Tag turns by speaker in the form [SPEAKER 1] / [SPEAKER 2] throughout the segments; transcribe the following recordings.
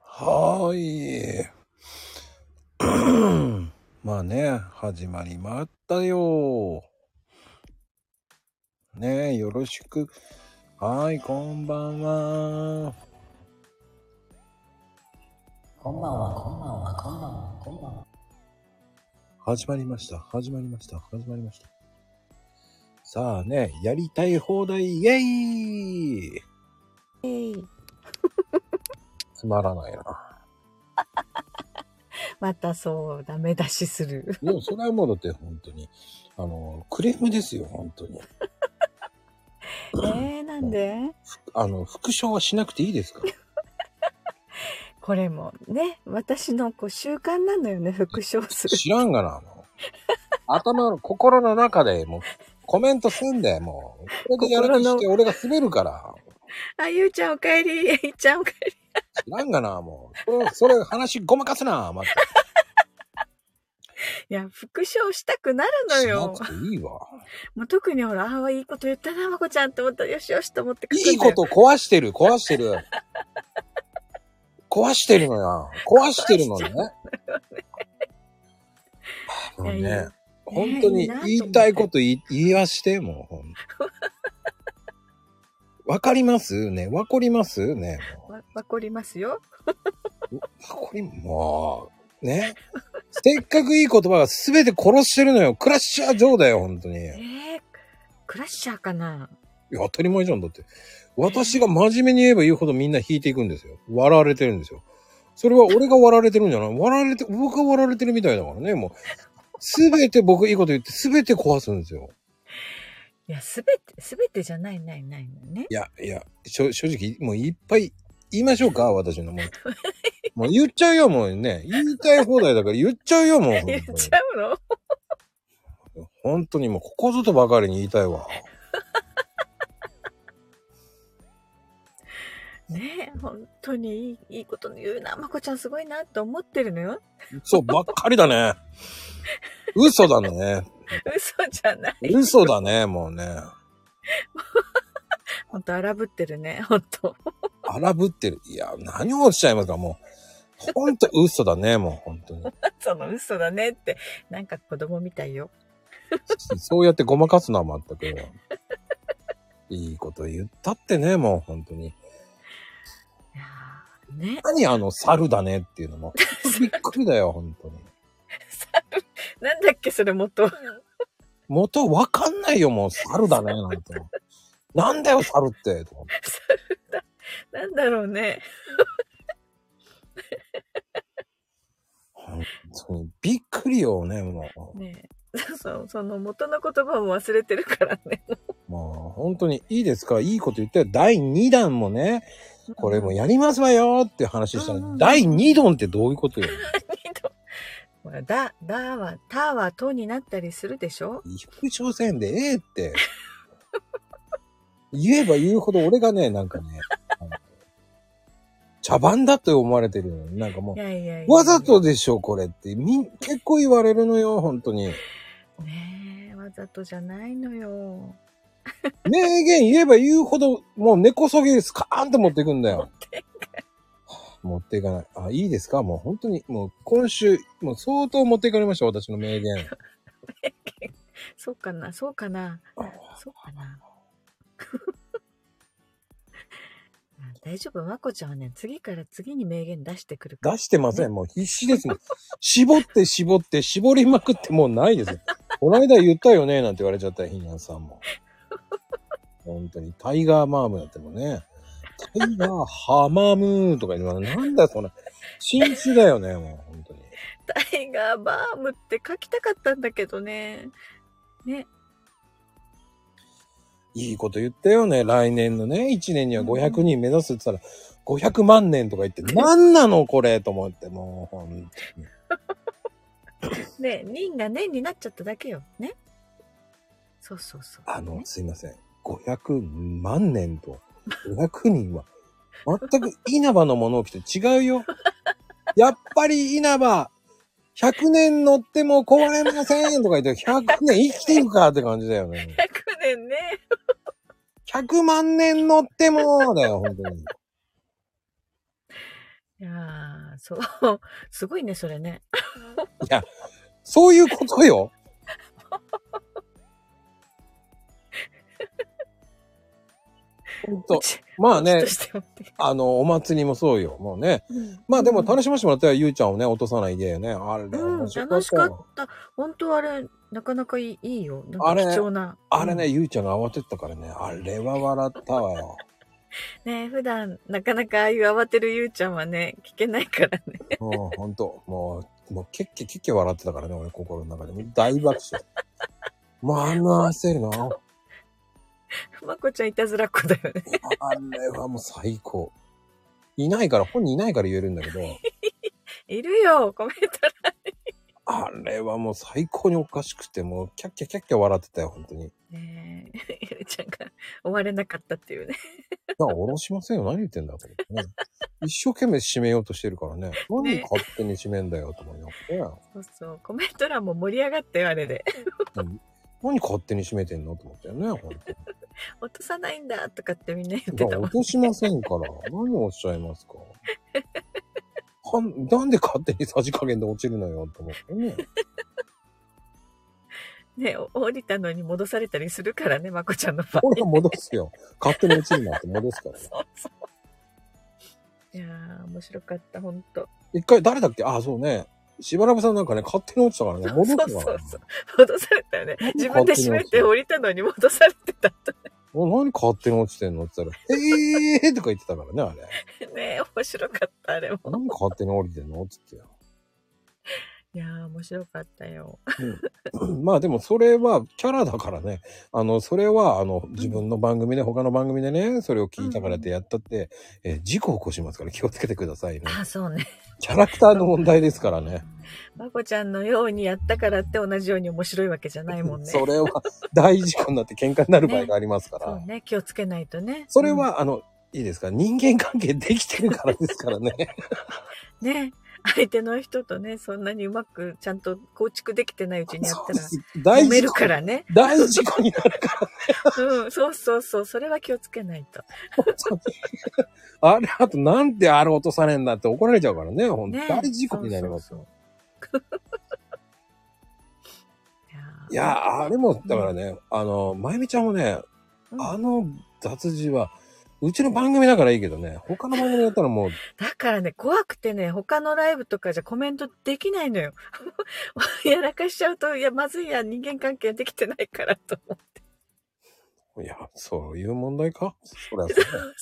[SPEAKER 1] はーい。 まあね、始まりまったよ。ねえ、よろしく。はーい、こんばんは。
[SPEAKER 2] こんばんは、こんばんは、こんばんは、こんばんは。
[SPEAKER 1] 始まりました。始まりました。始まりました。さあね、やりたい放題、イエイ
[SPEAKER 3] えい
[SPEAKER 1] つまらないな。
[SPEAKER 3] またそう、ダメ出し する。
[SPEAKER 1] もうそれはもうだって本当に、あの、クレームですよ、本当に。
[SPEAKER 3] えー、なんで
[SPEAKER 1] あの、復唱はしなくていいですから。
[SPEAKER 3] これもね、私のこう習慣なのよね、復唱する。
[SPEAKER 1] 知らんがな、もう。頭の、心の中で、もう、コメントすんだよ、もう。これでやるとして、俺が滑るから。
[SPEAKER 3] あ、ゆうちゃんおかえり、えいちゃんおかえり。
[SPEAKER 1] 知らんがな、もう。それ、それ、話ごまかすな、また。
[SPEAKER 3] いや、復唱したくなるの
[SPEAKER 1] しな
[SPEAKER 3] よ。
[SPEAKER 1] くていいわ。
[SPEAKER 3] もう特にほら、ああ、いいこと言ったな、まこちゃんって思ったら、よしよしと思って書くんだよ
[SPEAKER 1] いいこと壊してる、壊してる。壊してるのよ。壊してるのね。あの
[SPEAKER 3] いやい
[SPEAKER 1] ね
[SPEAKER 3] や、
[SPEAKER 1] 本当
[SPEAKER 3] いい
[SPEAKER 1] に
[SPEAKER 3] なと思って
[SPEAKER 1] 言いたいこと言い言いはして、もうほん。わかりますね。わかりますね。もう
[SPEAKER 3] わ、わかりますよ。
[SPEAKER 1] これもう、ね。せっかくいい言葉が全て殺してるのよ。クラッシャー上だよ、本当に。い
[SPEAKER 3] え
[SPEAKER 1] や、
[SPEAKER 3] ー、クラッシャーかな
[SPEAKER 1] 当たり前じゃん、だって。私が真面目に言えば言うほどみんな引いていくんですよ。笑われてるんですよ。それは俺が笑われてるんじゃない笑われて、僕が笑われてるみたいだからね、もう。全て僕いいこと言って、全て壊すんですよ。
[SPEAKER 3] いや、すべて、すべてじゃない、ない、ないのね。
[SPEAKER 1] いや、いや、しょ正直、もういっぱい言いましょうか、私のもう。 もう言っちゃうよ、もうね。言いたい放題だから言っちゃうよ、もう。
[SPEAKER 3] 言っちゃうの
[SPEAKER 1] 本当にもうここぞとばかりに言いたいわ。
[SPEAKER 3] ねえ、本当にいいいいこと言うな、まこちゃんすごいなって思ってるのよ。
[SPEAKER 1] そうばっかりだね。嘘だね。
[SPEAKER 3] 嘘じゃない。
[SPEAKER 1] 嘘だね、もうね。
[SPEAKER 3] 本当荒ぶってるね、本当。
[SPEAKER 1] 荒ぶってる。いや、何をおっしゃいますか、もう。ほんと嘘だね、 もう本当に。
[SPEAKER 3] その嘘だねって、なんか子供みたいよ。
[SPEAKER 1] そうやってごまかすのは全く。いいこと言ったってね、もう本当に。
[SPEAKER 3] いやーね、
[SPEAKER 1] 何あの猿だねっていうのも。びっくりだよ、本当に。
[SPEAKER 3] なんだっけ、それ元。
[SPEAKER 1] 元わかんないよ、もう猿だね、なんて。なんだよ、猿って。と思って
[SPEAKER 3] なんだろうね。
[SPEAKER 1] 本当にびっくりよね、もう。
[SPEAKER 3] ねえそう、その元の言葉も忘れてるからね。
[SPEAKER 1] もう本当にいいですかいいこと言ったよ。第2弾もね、これもやりますわよって話したら、
[SPEAKER 3] うんうんうん
[SPEAKER 1] 第2弾ってどういうことよ。
[SPEAKER 3] 二度ほら、だ、だは、たは、とになったりするでしょ
[SPEAKER 1] 副挑戦でええって。言えば言うほど俺がね、なんかね、あの茶番だって思われてるのよなんかも
[SPEAKER 3] いやいやいや。
[SPEAKER 1] う、わざとでしょ、これって。みん、結構言われるのよ、本当に。
[SPEAKER 3] ねえ、わざとじゃないのよ。
[SPEAKER 1] 名言言えば言うほど、もう根こそぎスカーンと持っていくんだよ。持っていかない。あ、いいですかもう本当に、もう今週、もう相当持っていかれました、私の名言。
[SPEAKER 3] そうかな、そうかな。そうかな。 あ大丈夫、まこちゃんはね、次から次に名言出してくるから。
[SPEAKER 1] 出してません。もう必死ですもん。絞って絞って絞りまくってもうないですよ。この間言ったよね、なんて言われちゃったよ、ひなさんも。本当に、タイガーマームだってもね。タイガーハマムーとか言うのは、なんだよ、そんな。新種だよね、もう本当に。
[SPEAKER 3] タイガーバームって書きたかったんだけどね。
[SPEAKER 1] いいこと言ったよね。来年のね、1年には500人目指すって言ったら、500万年とか言って、何なのこれと思って、もう、ほん
[SPEAKER 3] ね、人が年になっちゃっただけよ。ね。そうそうそう。
[SPEAKER 1] あの
[SPEAKER 3] ね、
[SPEAKER 1] すいません。500万年と500人は、全く稲葉のものを着て違うよ。やっぱり稲葉、100年乗っても壊れませんとか言って、100年生きていくかって感じだよね。
[SPEAKER 3] 100年ね。
[SPEAKER 1] 100万年乗っても、だよ、本当に。
[SPEAKER 3] いやーそう。 すごいね、それね。
[SPEAKER 1] いや、そういうことよ。本当。
[SPEAKER 3] ち
[SPEAKER 1] まあね
[SPEAKER 3] ち、ょっとして
[SPEAKER 1] あの、お祭りもそうよ。もうね。まあでも楽しませてもらったら、ゆうちゃんをね、落とさないでね。あれ、
[SPEAKER 3] うん、
[SPEAKER 1] 面白
[SPEAKER 3] 楽しか
[SPEAKER 1] よ
[SPEAKER 3] った。本当あれ、なかなかいいいいよ。なん
[SPEAKER 1] あ
[SPEAKER 3] か
[SPEAKER 1] れ
[SPEAKER 3] 貴重な。
[SPEAKER 1] あれ
[SPEAKER 3] う
[SPEAKER 1] ね、ゆうちゃんが慌ててたからね。あれは笑ったわ よ。
[SPEAKER 3] ん。ね普段、なかなかああいう慌てるゆうちゃんはね、聞けないからね。
[SPEAKER 1] もう本当、もう、もう、ケッケケッケ笑ってたからね、俺心の中で。もう大爆笑。もうあんな焦るな。
[SPEAKER 3] まこちゃんいたずらっ子だよね。
[SPEAKER 1] あれはもう最高。いないから、本人いないから言えるんだけど、
[SPEAKER 3] いるよ、コメント欄
[SPEAKER 1] あれはもう最高におかしくて、もうキャッキャキャッキャ笑ってたよ、本当に。
[SPEAKER 3] ね え、ゆうちゃんが終われなかったっていうね。
[SPEAKER 1] なんか下ろしませんよ、何言ってんだと思ってね。一生懸命締めようとしてるからね。何勝手に締めんだよ、と思いながらね。
[SPEAKER 3] そうそう、コメント欄も盛り上がったよ、あれで。
[SPEAKER 1] 何勝手に締めてんのと思ったよね、本当に。
[SPEAKER 3] 落とさないんだとかってみんな言って
[SPEAKER 1] だか
[SPEAKER 3] た
[SPEAKER 1] ら
[SPEAKER 3] もん
[SPEAKER 1] 落。としませんから、何をおっしゃいますか。はんなんで勝手にさじ加減で落ちるのよと思ってね。
[SPEAKER 3] ねお降りたのに戻されたりするからね、まこちゃんの場合。
[SPEAKER 1] これは戻すよ。勝手に落ちるなって戻すからね。
[SPEAKER 3] そうそう。いやー、面白かった、ほんと。
[SPEAKER 1] 一回誰だっけあ、そうね。しばらくさんなんかね、勝手に落ちたからね、戻すから、ね。
[SPEAKER 3] そうそうそう戻されたよね。自分で閉めて降りたのに戻されてたと。
[SPEAKER 1] お何勝手に落ちてんのって言ったら、えーとか言ってたからね、あれ。
[SPEAKER 3] ね面白かった、あれも。
[SPEAKER 1] 何勝手に降りてんのって言って
[SPEAKER 3] いやー、面白かったよ。
[SPEAKER 1] よ。まあでもそれはキャラだからね。あの、それはあの、自分の番組で、他の番組でね、それを聞いたからってやったって、えー事故起こしますから気をつけてくださいね。
[SPEAKER 3] あ、そうね。
[SPEAKER 1] キャラクターの問題ですからね。
[SPEAKER 3] まこちゃんのようにやったからって同じように面白いわけじゃないもんね。
[SPEAKER 1] それは大事故になって喧嘩になる場合がありますから。
[SPEAKER 3] そうね、気をつけないとね。
[SPEAKER 1] それは、あの、いいですか人間関係できてるからですから ね。
[SPEAKER 3] うん、ね、相手の人とね、そんなにうまくちゃんと構築できてないうちにや
[SPEAKER 1] そ
[SPEAKER 3] っ
[SPEAKER 1] う
[SPEAKER 3] た
[SPEAKER 1] で
[SPEAKER 3] ら、
[SPEAKER 1] す
[SPEAKER 3] 揉
[SPEAKER 1] 大
[SPEAKER 3] め
[SPEAKER 1] 事
[SPEAKER 3] る
[SPEAKER 1] 故
[SPEAKER 3] か。らね。
[SPEAKER 1] 大事故になるから。
[SPEAKER 3] うん、そうそうそう、それは気をつけないと。
[SPEAKER 1] あれ、あとなんであれ落とさねえんだって怒られちゃうからね。本当
[SPEAKER 3] ね、
[SPEAKER 1] 大事故になります
[SPEAKER 3] そう
[SPEAKER 1] よ。
[SPEAKER 3] そうそう
[SPEAKER 1] いや、あれも、だからね、あの、まゆみちゃんもね、
[SPEAKER 3] うん
[SPEAKER 1] あの雑事は、うちの番組だからいいけどね、他の番組だったらもう、
[SPEAKER 3] だからね、怖くてね、他のライブとかじゃコメントできないのよ。やらかしちゃうと、いや、まずいや、人間関係できてないからと思って。
[SPEAKER 1] いや、そういう問題かそりゃそうだよ
[SPEAKER 3] そう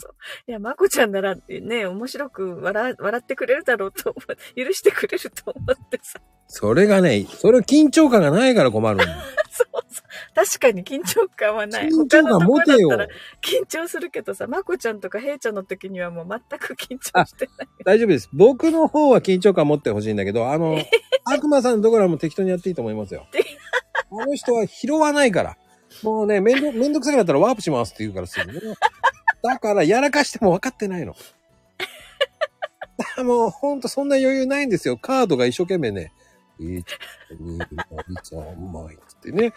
[SPEAKER 3] そう。いや、まこちゃんならね、面白く笑笑ってくれるだろうと思う、許してくれると思ってさ。
[SPEAKER 1] それがね、それ緊張感がないから困るんだよ。
[SPEAKER 3] そうそう。確かに緊張感は ない。
[SPEAKER 1] 緊張感持てよ
[SPEAKER 3] 他。のとこだったら緊張するけどさ、まこちゃんとかへいちゃんの時にはもう全く緊張して ない。
[SPEAKER 1] 大丈夫です。僕の方は緊張感持ってほしいんだけど、あの、悪魔さんのところはもう適当にやっていいと思いますよ。あの人は拾わないから。もうね、めんど、めんどくさくなったらワープしますって言うからすぐね。だから、やらかしても分かってないの。だからもう、ほんとそんな余裕ないんですよ。カードが一生懸命ね、1、2、3、枚ってね、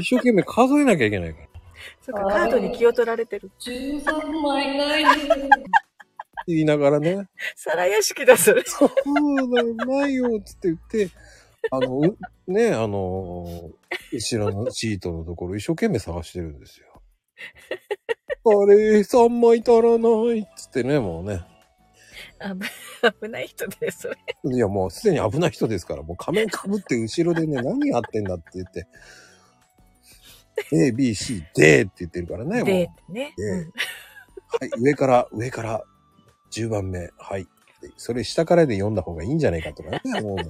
[SPEAKER 1] 一生懸命数えなきゃいけないから。
[SPEAKER 3] そうか、カードに気を取られてる。
[SPEAKER 2] 13枚ないね。
[SPEAKER 1] って言いながらね。
[SPEAKER 3] 皿屋敷だ、それ。
[SPEAKER 1] そうだよ、ないよ、つって言って、あの、うね、あの、後ろのシートのところ一生懸命探してるんですよ。あれ、3枚足らないっつってね、もうね。
[SPEAKER 3] 危危ない人で、それ。
[SPEAKER 1] いや、もうすでに危ない人ですから、もう仮面かぶって後ろでね、 何やってんだって言って、A, B, C, D って言ってるからね、もう。
[SPEAKER 3] で、ね。
[SPEAKER 1] ではい、上から、上から、10番目、はい。それ下からで読んだ方がいいんじゃないかとかね、もうね。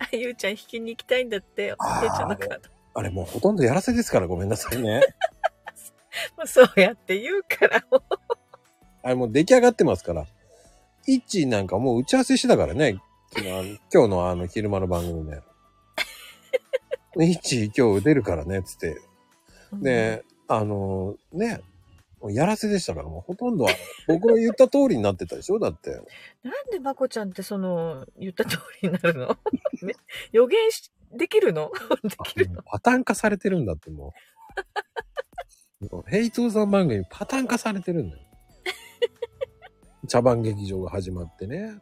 [SPEAKER 3] あ、ゆうちゃん引きに行きたいんだって、へいち
[SPEAKER 1] あー
[SPEAKER 3] ゃんのカード。
[SPEAKER 1] あれもうほとんどやらせですからごめんなさいね。
[SPEAKER 3] もうそうやって言うから、もう
[SPEAKER 1] あれもう出来上がってますから。イッチーなんかもう打ち合わせしてたからね。昨日あの今日のあの昼間の番組で。イッチー今日出るからね、つって。で、あのね、もうやらせでしたからもうほとんどは僕の言った通りになってたでしょだって。
[SPEAKER 3] なんでまこちゃんってその、言った通りになるの、 ね、予言し、できるの できるの
[SPEAKER 1] パターン化されてるんだってもう。もうヘイトーさん番組パターン化されてるんだよ。茶番劇場が始まってね、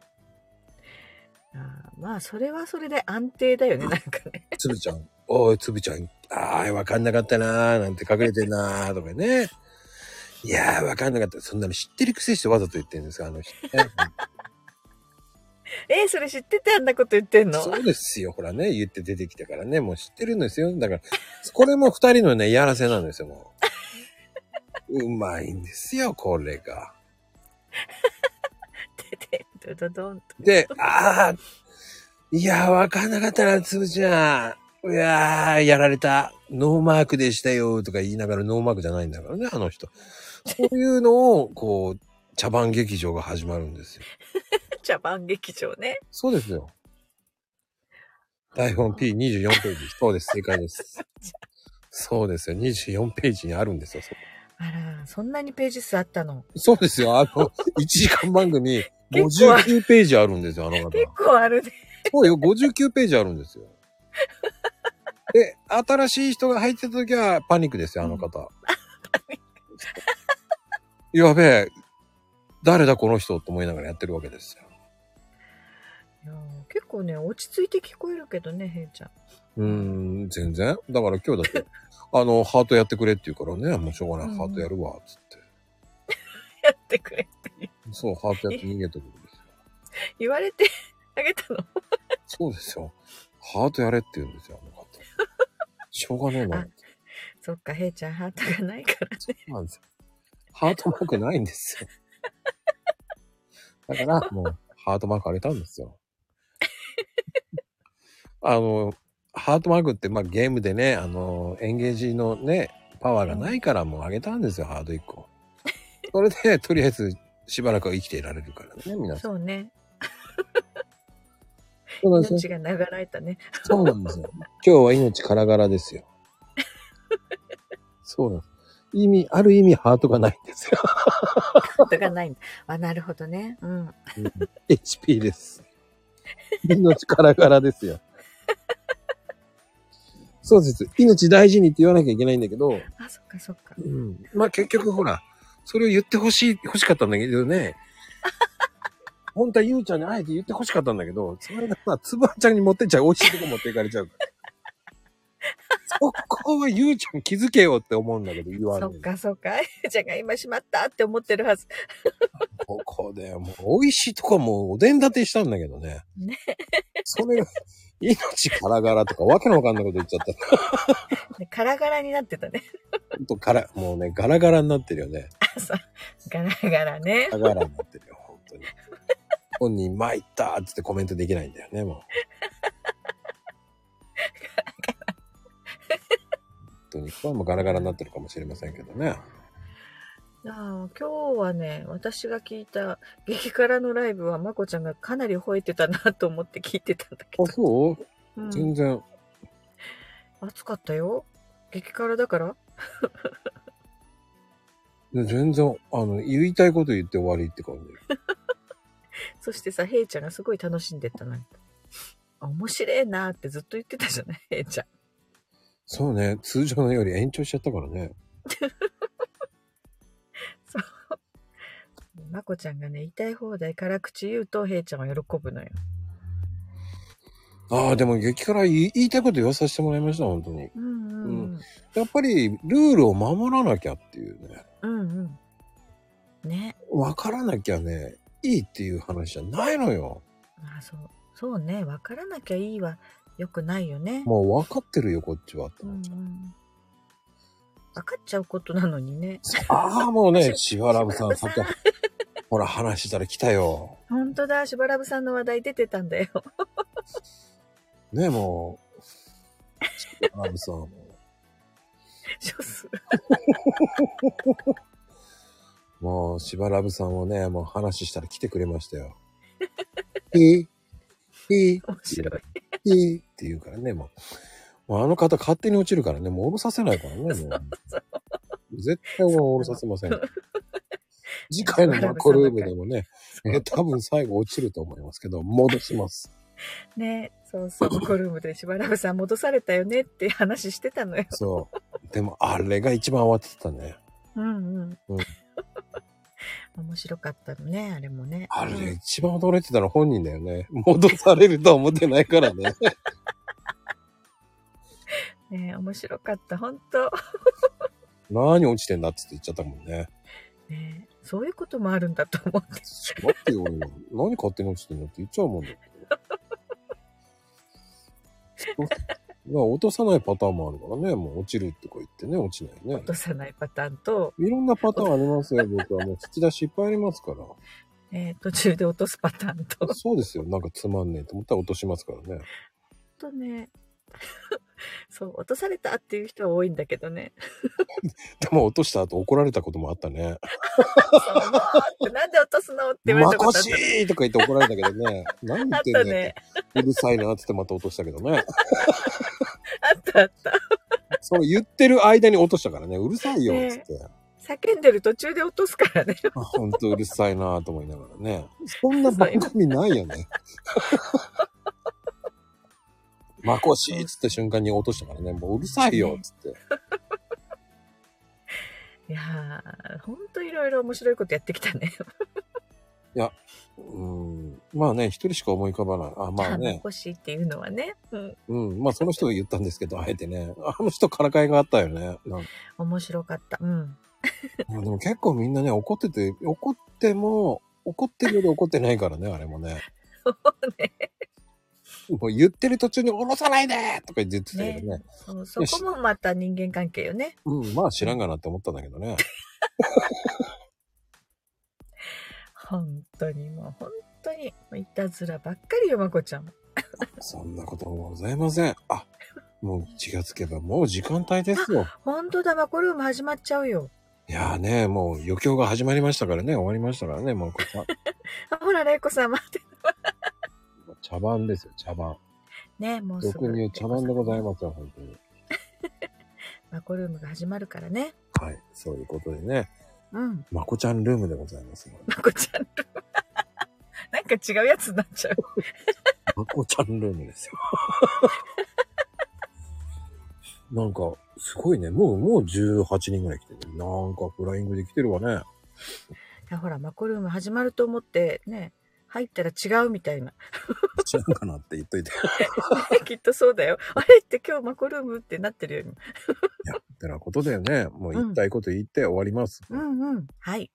[SPEAKER 3] あーまあ、それはそれで安定だよね、なんかね。
[SPEAKER 1] つぶちゃん、おい、つぶちゃん、あー、わかんなかったなー、なんて隠れてんなー、とかね。いやー、わかんなかった。そんなの知ってるくせしてわざと言ってるんですか、あの人ね。
[SPEAKER 3] えーそれ知っててあんなこと言ってんの
[SPEAKER 1] そうですよ、ほらね、言って出てきたからね、もう知ってるんですよ。だから、これも二人のね、やらせなんですよ、もう。うまいんですよ、これが。
[SPEAKER 3] ててどどどんと。
[SPEAKER 1] で、ああ、いやー、わかんなかったな、つぶちゃん。いやー、やられた。ノーマークでしたよ、とか言いながらノーマークじゃないんだからね、あの人。そういうのを、こう、茶番劇場が始まるんですよ。
[SPEAKER 3] 茶番劇場ね。
[SPEAKER 1] そうですよ。台本 P24 ページ。そうです。正解です。そうですよ。24ページにあるんですよ。そ
[SPEAKER 3] あら、そんなにページ数あったの
[SPEAKER 1] そうですよ。あの、1時間番組、
[SPEAKER 3] 結構あ
[SPEAKER 1] 59ページあるんですよ、あの方。
[SPEAKER 3] 結構あるね。
[SPEAKER 1] そうよ、59ページあるんですよ。で、新しい人が入ってた時はパニックですよ、あの方。 やべえ、誰だこの人と思いながらやってるわけですよ。
[SPEAKER 3] いやー結構ね、落ち着いて聞こえるけどね、へいちゃん。
[SPEAKER 1] うーん、全然。だから今日だって、あの、ハートやってくれって言うからね、もうしょうがない、ハートやるわ、つって。
[SPEAKER 3] やってくれ って言う
[SPEAKER 1] そう、ハートやって逃げてくるんですよ。
[SPEAKER 3] 言われて あげたの。
[SPEAKER 1] そうですよ。ハートやれって言うんですよ、あの方。しょうがねえな。
[SPEAKER 3] そっか、へいちゃん、ハートがないからね。
[SPEAKER 1] そうなんですよ。ハートマークないんですよ。だから、もう、ハートマークあげたんですよ。 あの、ハートマークって、まあ、ゲームでね、あの、エンゲージのね、パワーがないからもうあげたんですよ、ハート1個。それで、とりあえず、しばらくは生きていられるからね、皆さん。
[SPEAKER 3] そうね。
[SPEAKER 1] そうなんです
[SPEAKER 3] 命
[SPEAKER 1] よ。
[SPEAKER 3] が流られた ね。
[SPEAKER 1] そうなんですよ。今日は命からがらです よ。そうなんです。意味、ある意味ハートがないんですよ。
[SPEAKER 3] ハートがないんだ。あ、なるほどね。うん。
[SPEAKER 1] HP です。命からがらですよ。そうです。命大事にって言わなきゃいけないんだけど、
[SPEAKER 3] あ、そっかそっか。
[SPEAKER 1] うん、まあ結局ほら、それを言ってほしい、欲しかったんだけどね。本当はゆうちゃんにあえて言ってほしかったんだけど、それがまあ、つばちゃんに持ってっちゃう、美味しいとこ持っていかれちゃうから。そこはゆうちゃん気づけよって思うんだけど、言わな
[SPEAKER 3] そ
[SPEAKER 1] い
[SPEAKER 3] っ。かそっか。 へいちゃんが今しまったって思ってるはず。
[SPEAKER 1] ここでもう美味しいとこはもうおでん立てしたんだけどね。
[SPEAKER 3] ね
[SPEAKER 1] それが命からがらとかわけのわかんないこと言っちゃった。
[SPEAKER 3] ねガラガラになってたね。
[SPEAKER 1] ほんとから、もうね、ガラガラになってるよね。
[SPEAKER 3] 朝。ガラガラね。
[SPEAKER 1] ガラガラになってるよ、本当に。本人参ったっつってコメントできないんだよね、もう。本当に、これもガラガラになってるかもしれませんけどね。
[SPEAKER 3] ああ今日はね、私が聞いた激辛のライブは、まこちゃんがかなり吠えてたなと思って聞いてたんだけ
[SPEAKER 1] あ、
[SPEAKER 3] ど。
[SPEAKER 1] そう
[SPEAKER 3] うん
[SPEAKER 1] 全然。
[SPEAKER 3] 暑かったよ。激辛だから
[SPEAKER 1] ね全然、あの、言いたいこと言って終わりって感じ。
[SPEAKER 3] そしてさ、ヘイちゃんがすごい楽しんでたなんか。あ面白えなってずっと言ってたじゃない、 ヘイちゃん。
[SPEAKER 1] そうね、通常のより延長しちゃったからね。
[SPEAKER 3] まこちゃんがね、言いたい放題辛口言うと、ヘイちゃんは喜ぶのよ。
[SPEAKER 1] ああ、でも激辛言い言いたいこと言わさせてもらいました、本当に。
[SPEAKER 3] うんうん。
[SPEAKER 1] やっぱりルールを守らなきゃっていうね。
[SPEAKER 3] うんうん。ね。
[SPEAKER 1] わからなきゃね、いいっていう話じゃないのよ。
[SPEAKER 3] まあそう。そうね。わからなきゃいいは良くないよね。
[SPEAKER 1] もうわかってるよ、こっちはって
[SPEAKER 3] う
[SPEAKER 1] 思
[SPEAKER 3] ん
[SPEAKER 1] っちゃう。
[SPEAKER 3] 分かっちゃうことなのにね。
[SPEAKER 1] ああ、もう ね、しばらぶさん、さっき、ほら話してたら来たよ。
[SPEAKER 3] 本当だ、しばらぶさんの話題出てた んだよ。
[SPEAKER 1] ね、もう。しばらぶさん。 も
[SPEAKER 3] ショス
[SPEAKER 1] うもう、しばらぶさんをね、もう話したら来てくれました よ。ピー、ピー、
[SPEAKER 3] 面白い。
[SPEAKER 1] ピーって言うからね、もう。もうあの方勝手に落ちるからね、もう下ろさせない からね、もう。絶対もう下ろさせません。次回のマコルームでもね、え多分最後落ちると思いますけど、戻します。
[SPEAKER 3] ね。そうそう。コルームでしばらぶさん戻されたよねって話してたのよ。
[SPEAKER 1] そう。でも、あれが一番慌ててたね。
[SPEAKER 3] うんうん。
[SPEAKER 1] うん
[SPEAKER 3] 面白かったのね、あれもね。
[SPEAKER 1] あ
[SPEAKER 3] う
[SPEAKER 1] れ、
[SPEAKER 3] ん
[SPEAKER 1] 一番驚いてたの本人だよね。戻されるとは思ってないから ね。
[SPEAKER 3] ねえ面白かった、本当
[SPEAKER 1] 何落ちてんだっつって言っちゃったもんね。
[SPEAKER 3] ねえそういうこともあるんだと思って。
[SPEAKER 1] 待ってよ、俺何勝手に落ちてんのって言っちゃうもんだよ。そう まあ落とさないパターンもあるからね。もう落ちるとか言ってね、落ちないね
[SPEAKER 3] 落。とさないパターンと、
[SPEAKER 1] いろんなパターンあります よ。僕はもう引き出しいっぱいありますから。
[SPEAKER 3] えー途中で落とすパターンと。
[SPEAKER 1] そうですよ。なんかつまんねえと思ったら落としますからね。
[SPEAKER 3] とね、そう、落とされたっていう人は多いんだけどね。
[SPEAKER 1] でも落とした後怒られたこともあったね。
[SPEAKER 3] そうもうってなんで落とすのって言われ
[SPEAKER 1] ま
[SPEAKER 3] たこ
[SPEAKER 1] こと
[SPEAKER 3] あっ
[SPEAKER 1] しいとか言って怒られたけどね。何言ってん
[SPEAKER 3] た。あった
[SPEAKER 1] だよ
[SPEAKER 3] ね。。
[SPEAKER 1] うるさいなって言ってまた落としたけどね。
[SPEAKER 3] あったあった。
[SPEAKER 1] その言ってる間に落としたからね。うるさいよっつって。
[SPEAKER 3] 叫んでる途中で落とすからね。
[SPEAKER 1] あほんとうるさいなぁと思いながらね。そんな番組ないよね。 まこしいっつった瞬間に落としたからね。もううるさいよっつって。
[SPEAKER 3] いやー、ほんといろいろ面白いことやってきたね。
[SPEAKER 1] うーん。まあね、一人しか思い浮かばない。あ、まあね。
[SPEAKER 3] 欲しいっていうのはね。うん。
[SPEAKER 1] うん。まあその人が言ったんですけど、あえてね。あの人からかいがあったよね。なん か
[SPEAKER 3] 面白かった。うん。
[SPEAKER 1] まあでも結構みんなね、怒ってて、怒っても、怒ってるより怒ってないからね、あれも ね。
[SPEAKER 3] そうね。
[SPEAKER 1] もう言ってる途中に降ろさないでとか言ってたけどね
[SPEAKER 3] そうそこもまた人間関係よね。
[SPEAKER 1] うん、まあ知らんがなって思ったんだけどね。
[SPEAKER 3] 本当にもう本当にいたずらばっかりよまこちゃん
[SPEAKER 1] そんなこともございません。あ、もう気がつけばもう時間帯ですよ。
[SPEAKER 3] 本当だマコルーム始まっちゃうよ
[SPEAKER 1] いやーね、もう余興が始まりましたからね、終わりましたからね、もうこれ茶
[SPEAKER 3] あほら玲子さん待って
[SPEAKER 1] 茶番ですよ、茶番。
[SPEAKER 3] ねもうす
[SPEAKER 1] 俗
[SPEAKER 3] ぐ
[SPEAKER 1] に言う茶番でございますよ、本当に。
[SPEAKER 3] マコルームが始まるからね
[SPEAKER 1] はい、そういうことでね、
[SPEAKER 3] うん
[SPEAKER 1] まこちゃんルームでございますよ。
[SPEAKER 3] まこちゃんルーム なんか違うやつになっちゃう
[SPEAKER 1] まこちゃんルームですよ。 なんか、すごいね、もう、もう18人ぐらい来てる。なんかフライングで来てるわね。
[SPEAKER 3] あほらマコルーム始まると思ってね入ったら違うみたいな
[SPEAKER 1] 知らんかなって言っといて。
[SPEAKER 3] きっとそうだよあれって今日マコルームってなってるよ今
[SPEAKER 1] いや、ってなことだよね。もう言いたいこと言って終わります。
[SPEAKER 3] うんうんはい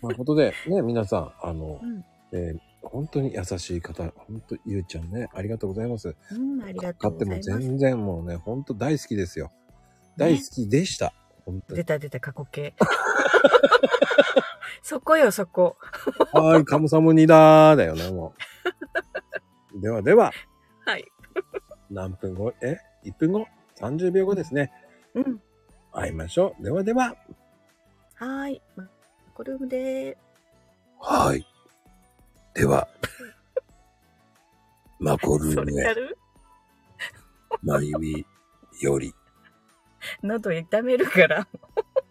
[SPEAKER 1] まあ、ことで、ね、皆さん、あの、
[SPEAKER 3] うん
[SPEAKER 1] えー本当に優しい方、本当ゆうちゃんね、ありがとうございます。
[SPEAKER 3] うんありがと
[SPEAKER 1] 買
[SPEAKER 3] う
[SPEAKER 1] って
[SPEAKER 3] ござい
[SPEAKER 1] も
[SPEAKER 3] ます、
[SPEAKER 1] 全然もうね、本当大好きですよ。大好きでした。本当に
[SPEAKER 3] 出。た出た過去形 そこよそこ
[SPEAKER 1] はーい、カムサモニだーだよね、も う。ではでは、
[SPEAKER 3] はい
[SPEAKER 1] 何分後、え ?1 分後 ?30 秒後ですね。
[SPEAKER 3] うん
[SPEAKER 1] 会いましょう。ではでは。
[SPEAKER 3] はーいマコルームでー
[SPEAKER 1] はい。で は、マコル
[SPEAKER 3] すそ
[SPEAKER 1] ー
[SPEAKER 3] れ
[SPEAKER 1] ム
[SPEAKER 3] や
[SPEAKER 1] へ、
[SPEAKER 3] る
[SPEAKER 1] まゆみより。
[SPEAKER 3] 喉痛めるから